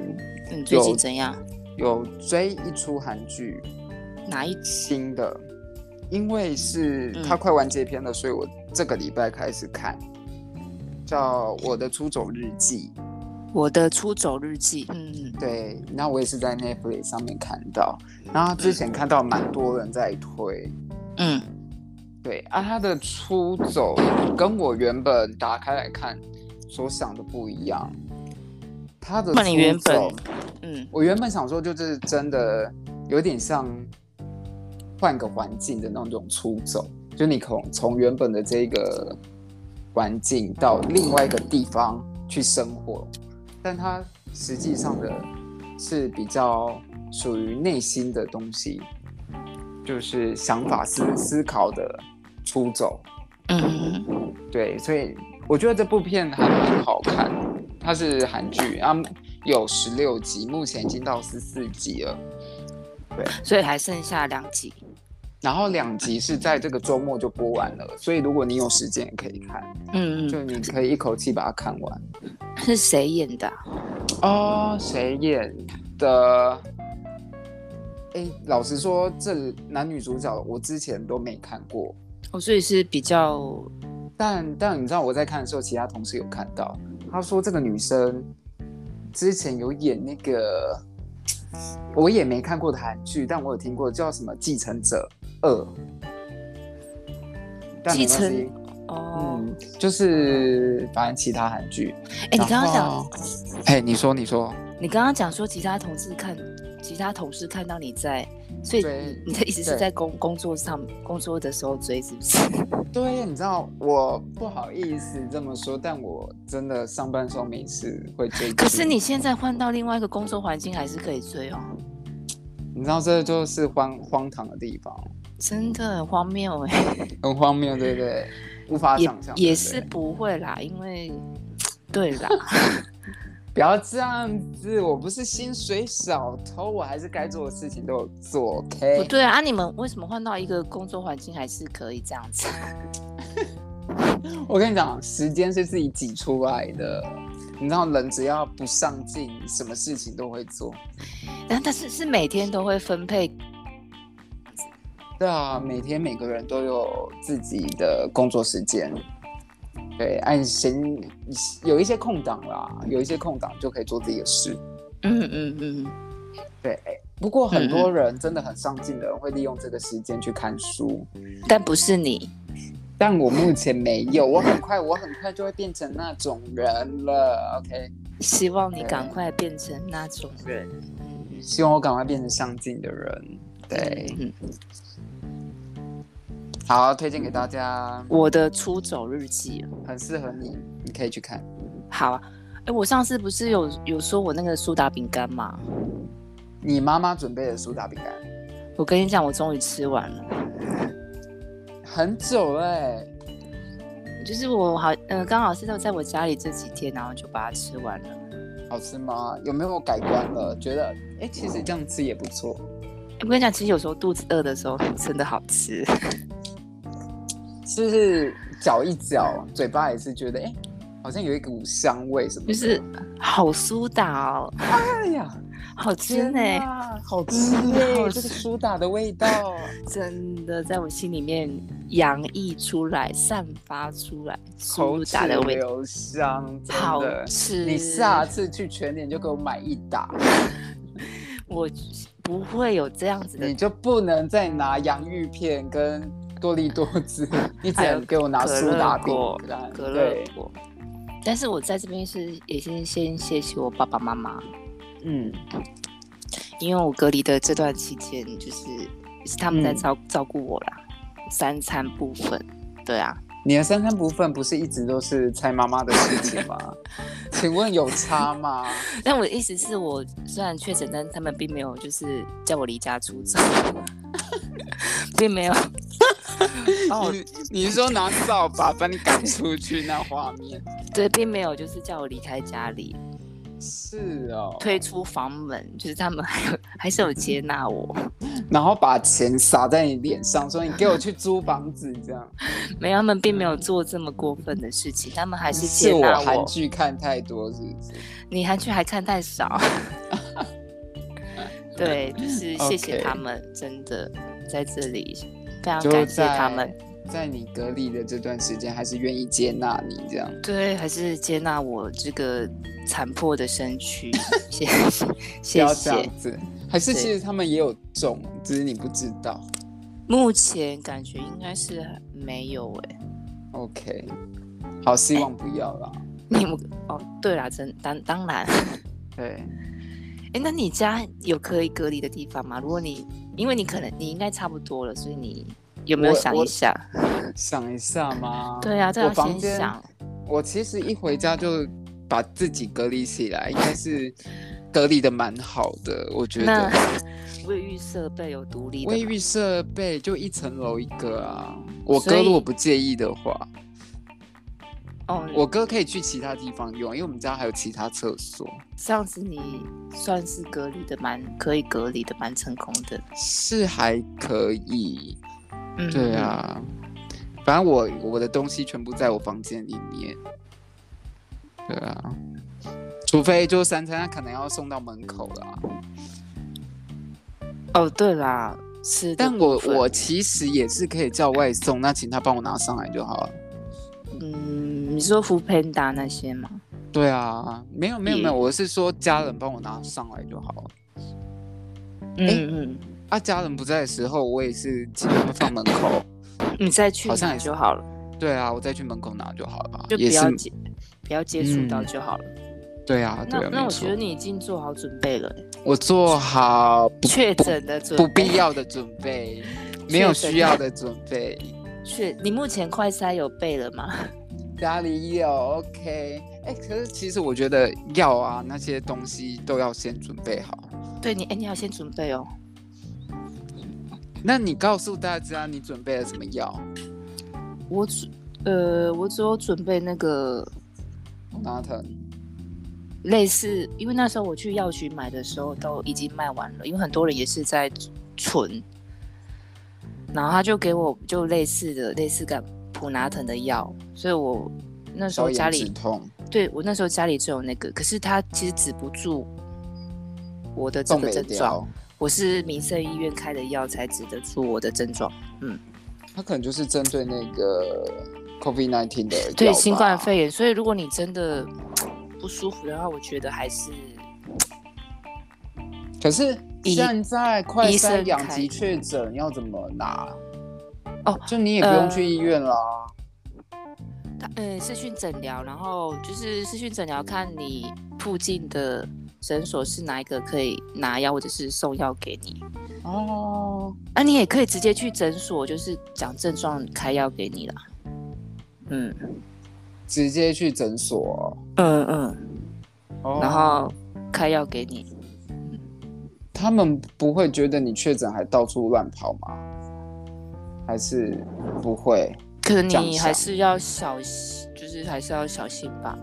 你最近有怎样？有追一出韩剧哪一？新的，因为是嗯它快完结篇了，所以我这个礼拜开始看，叫《我的出走日记》。我的出走日记。嗯嗯。对，那我也是在 Netflix 上面看到，然后之前看到蛮多人在推，嗯对啊，他的出走跟我原本打开来看所想的不一样。他的那你出原本走嗯我原本想说，就是真的有点像换个环境的那种出走，就你从从原本的这个环境到另外一个地方去生活，但它实际上的是比较属于内心的东西，就是想法思思考的出走。嗯嗯对，所以我觉得这部片还蛮好看，它是韩剧啊，有十六集，目前已经到十四集了，所以还剩下两集。然后两集是在这个周末就播完了，所以如果你有时间也可以看，嗯嗯，就你可以一口气把它看完。是谁演的啊、哦，谁演的？哎，老实说，这男女主角我之前都没看过，哦，所以是比较但但你知道我在看的时候，其他同事有看到，他说这个女生之前有演那个我也没看过的韩剧，但我有听过叫什么《继承者二》，但没关系继哦。嗯，就是反正其他韩剧。哎、你刚刚讲，讲，哎，你说你说，你刚刚讲说其他同事看，其他同事看到你在，所以对你的意思是对在工工作上工作的时候追，是不 是？对，你知道我不好意思这么说，但我真的上班时候没事会追剧。可是你现在换到另外一个工作环境，还是可以追哦。你知道这就是荒荒唐的地方。真的很荒谬哎、很荒谬，对不对？无法也想象，也对不是对不会啦，因为对啦，不要这样子，我不是薪水小偷，我还是该做的事情都有做不，OK？对啊，你们为什么换到一个工作环境还是可以这样子？我跟你讲，时间是自己挤出来的，你知道人只要不上进，什么事情都会做。但但是是每天都会分配，对啊，每天每个人都有自己的工作时间，对，按闲有一些空档啦，有一些空档就可以做自己的事。嗯嗯嗯，对，不过很多人真的很上进的人会利用这个时间去看书，但不是你，但我目前没有，我很快我很快就会变成那种人了。OK，希望你对赶快变成那种人。希望我赶快变成上进的人。对，嗯，好，推荐给大家，我的出走日记了很适合你，你可以去看。好啊，哎，我上次不是有有说我那个苏打饼干吗？你妈妈准备的苏打饼干我跟你讲，我终于吃完了。很久了欸，就是我好，呃，刚好是在我家里这几天，然后就把它吃完了。好吃吗？有没有改观了？觉得哎、诶其实这样吃也不错。我跟你讲，其实有时候肚子饿的时候真的好吃。就是嚼一嚼，嘴巴也是觉得哎、诶好像有一股香味什么的。就是好苏打哦，哎呀，好欸吃呢、天哪好吃耶、嗯好这吃个苏打的味道。真的在我心里面洋溢出来，散发出来苏口打齿的味道，留香，真好的。吃。你下次去全年就给我买一打，我不会有这样子的你，就不能再拿洋芋片跟多利多 汁，你只还有能给我拿可苏乐打饼果干。可乐对，果。但是我在这边是也先先谢谢我爸爸妈妈，嗯，因为我隔离的这段期间，就是是他们在嗯照、照顾我啦，三餐部分，对啊，你的三餐部分不是一直都是猜妈妈的事情吗？ 请问有差吗？但我的意思是我虽然确诊，但他们并没有就是叫我离家出走， 并没有帮我你你是说拿扫把把你赶出去那画面？对，并没有就是叫我离开家里，是哦，推出房门，就是他们还有还是有接纳我，然后把钱撒在你脸上，说你给我去租房子这样。没有，他们并没有做这么过分的事情，他们还是嗯是接我纳韩剧看太多是不是？你韩剧还看太 少，对，就是谢谢他们真的在这里，非常就感谢在他们。在你隔离的这段时间，还是愿意接纳你这样。对，还是接纳我这个残破的身躯， 谢不谢要这谢。样子，还是其实他们也有中，只是你不知道。目前感觉应该是没有哎、 OK，好，希望不要啦。你们哦，对啦，真当当然，对，哎、那你家有可以隔离的地方吗？如果你因为你可能你应该差不多了，所以你有没有我想一我想？想一下嘛。 对啊，这我要房先间想。我其实一回家就把自己隔离起来，应该是隔离的蛮好的，我觉那得。卫浴设备有独立的卫吗浴设备就一层楼一个啊，我所哥以如果不介意的话，哦，我哥可以去其他地方用，因为我们家还有其他厕所。这样子你算是隔离的蛮可以隔离的蛮成功的。是还可以，嗯，对，啊，反正我我的东西全部在我房间里面，对啊，除非就三餐他可能要送到门口啦。哦对啦，是，但我我其实也是可以叫外送，那请他帮我拿上来就好了。嗯，你说扶贫达那些吗？对啊，没有没有也没有，我是说家人帮我拿上来就好了。嗯啊，家人不在的时候，我也是请他们放门口。嗯，你再去好像拿也是就好了，对啊，我再去门口拿就好了。就不也要是接不要接触到嗯就好了。对啊，对那啊，那没我错觉得。你已经做好准备了，欸我做好不确诊的准不备必要的准 备，没有需要的准备。确，你目前快筛有备了吗？ 家里有 OK，哎、可是其实我觉得药啊那些东西都要先准备好。对你，哎，你要先准备哦。那你告诉大家你准备了什么药？我准呃，我只有准备那个拿疼类似，因为那时候我去药局买的时候都已经卖完了，因为很多人也是在存，然后他就给我就类似的类似感普拿疼的药，所以我那时消候家炎止里痛，对我那时候家里就有那个，可是它其实止不住我的这冻个北症状。雕，我是民生医院开的药才止得住我的症状。它可能就是针对那个 COVID nineteen 的对药新冠吧肺炎，所以如果你真的不舒服的话，我觉得还是可是医现在快医筛生两开级确诊要怎么拿？哦，就你也不用呃去医院啦。他呃视讯诊疗，然后就是视讯诊疗，看你附近的诊所是哪一个可以拿药或者是送药给你。哦，啊，你也可以直接去诊所，就是讲症状开药给你啦。嗯直接去诊所。嗯嗯，哦然后开药给你。他们不会觉得你确诊还到处乱跑吗？还是不会？可能奖你赏还是要小心，就是还是要小心吧。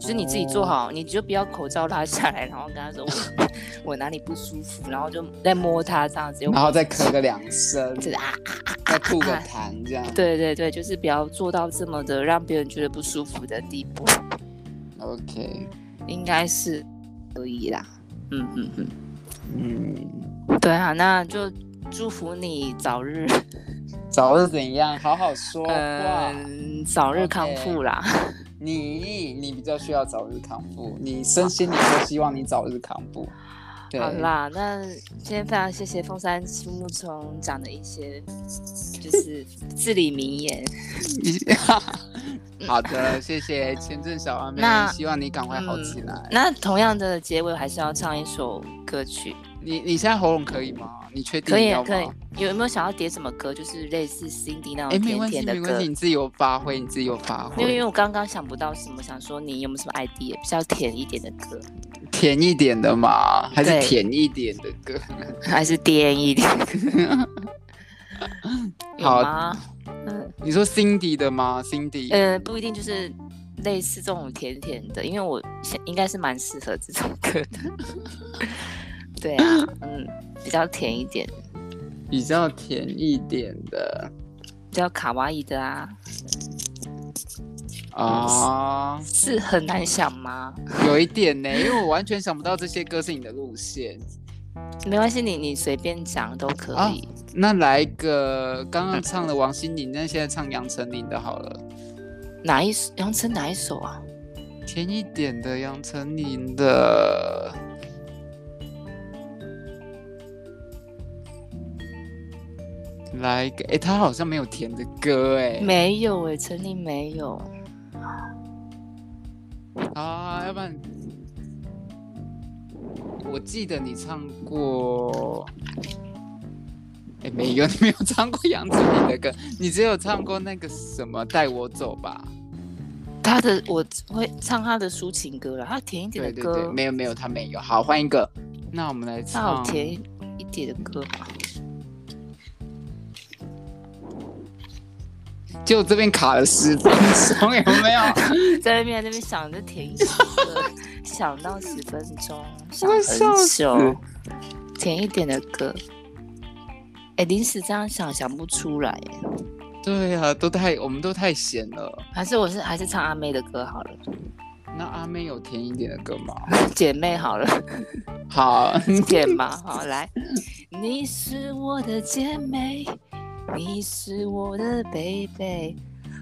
就是你自己做哦好，你就不要口罩拉下来，然后跟他说我 我哪里不舒服，然后就再摸他这样子，用然后再咳个两 声，就是啊，再吐个痰，这样。对对对，就是不要做到这么的让别人觉得不舒服的地步， OK，应该是可以啦。嗯嗯嗯，嗯，对啊，那就祝福你早日早日怎样？好好说话。嗯早日康复啦。你你比较需要早日康复，你身心你都希望你早日康复。对，好啦，那今天非常谢谢凤山青木聪讲的一些 就是至理名言。 好的，谢谢签证小阿妹那，嗯希望你赶快好起来。那同样的结尾还是要唱一首歌曲，你你现在喉咙可以吗？你确定可你以要吗？可以。有没有想要点什么歌？就是类似 Cindy 那哎、种没甜关系，甜的没歌关。系，你自己有发挥，你自己有发因为因挥为，我刚刚想不到什么，想说你有没有什么 idea 比较甜一点的歌， 甜一点的嘛，还是对甜一点的歌？ 还是颠一点的歌？有好吗？嗯你说 Cindy 的吗？Cindy，、呃，不一定就是类似这种甜甜的，因为我想应该是蛮适合这种歌的。 对啊，嗯，比较甜一点，比较甜一点的比较卡哇伊的啊，啊，是很难想吗？有一点呢、因为我完全想不到这些歌是你的路线。没关系，你你随便讲都可啊以。那来一个刚刚唱的王心凌，那现在唱杨丞琳的好了，哪一首？杨丞哪一首啊？甜一点的杨丞琳的。来一个，哎、她好像没有甜的歌、诶哎，没有诶、陈琳没有。啊，要不然我记得你唱过，哎、没有，你没有唱过杨丞琳的歌， 你只有唱过那个什么带我走吧，他的我会唱他的抒情歌了，他甜一点对的对歌，对，没有嗯没有，他没有。好，换一个。那我们来那好唱，甜一点的歌吧。就这边卡了十分钟，有没有？ 在那边那边想着甜一点的歌，想到十分钟，想我笑很死久，甜一点的歌。哎，临时这样想想不出来， 对啊，都太，我们都太闲了。还是我是还是唱阿妹的歌好了，那阿妹有甜一点的歌吗？姐妹好 了。好，点嘛，好来，你是我的姐妹，你是我的 baby，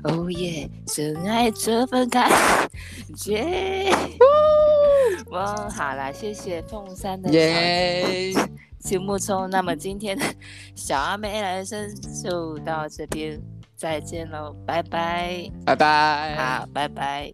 哦耶，真爱这份感觉。 哇，好啦，谢谢凤山的耶！节目中，那么今天的 小阿妹来生就到这边，再见喽，拜拜，拜拜。好，拜拜。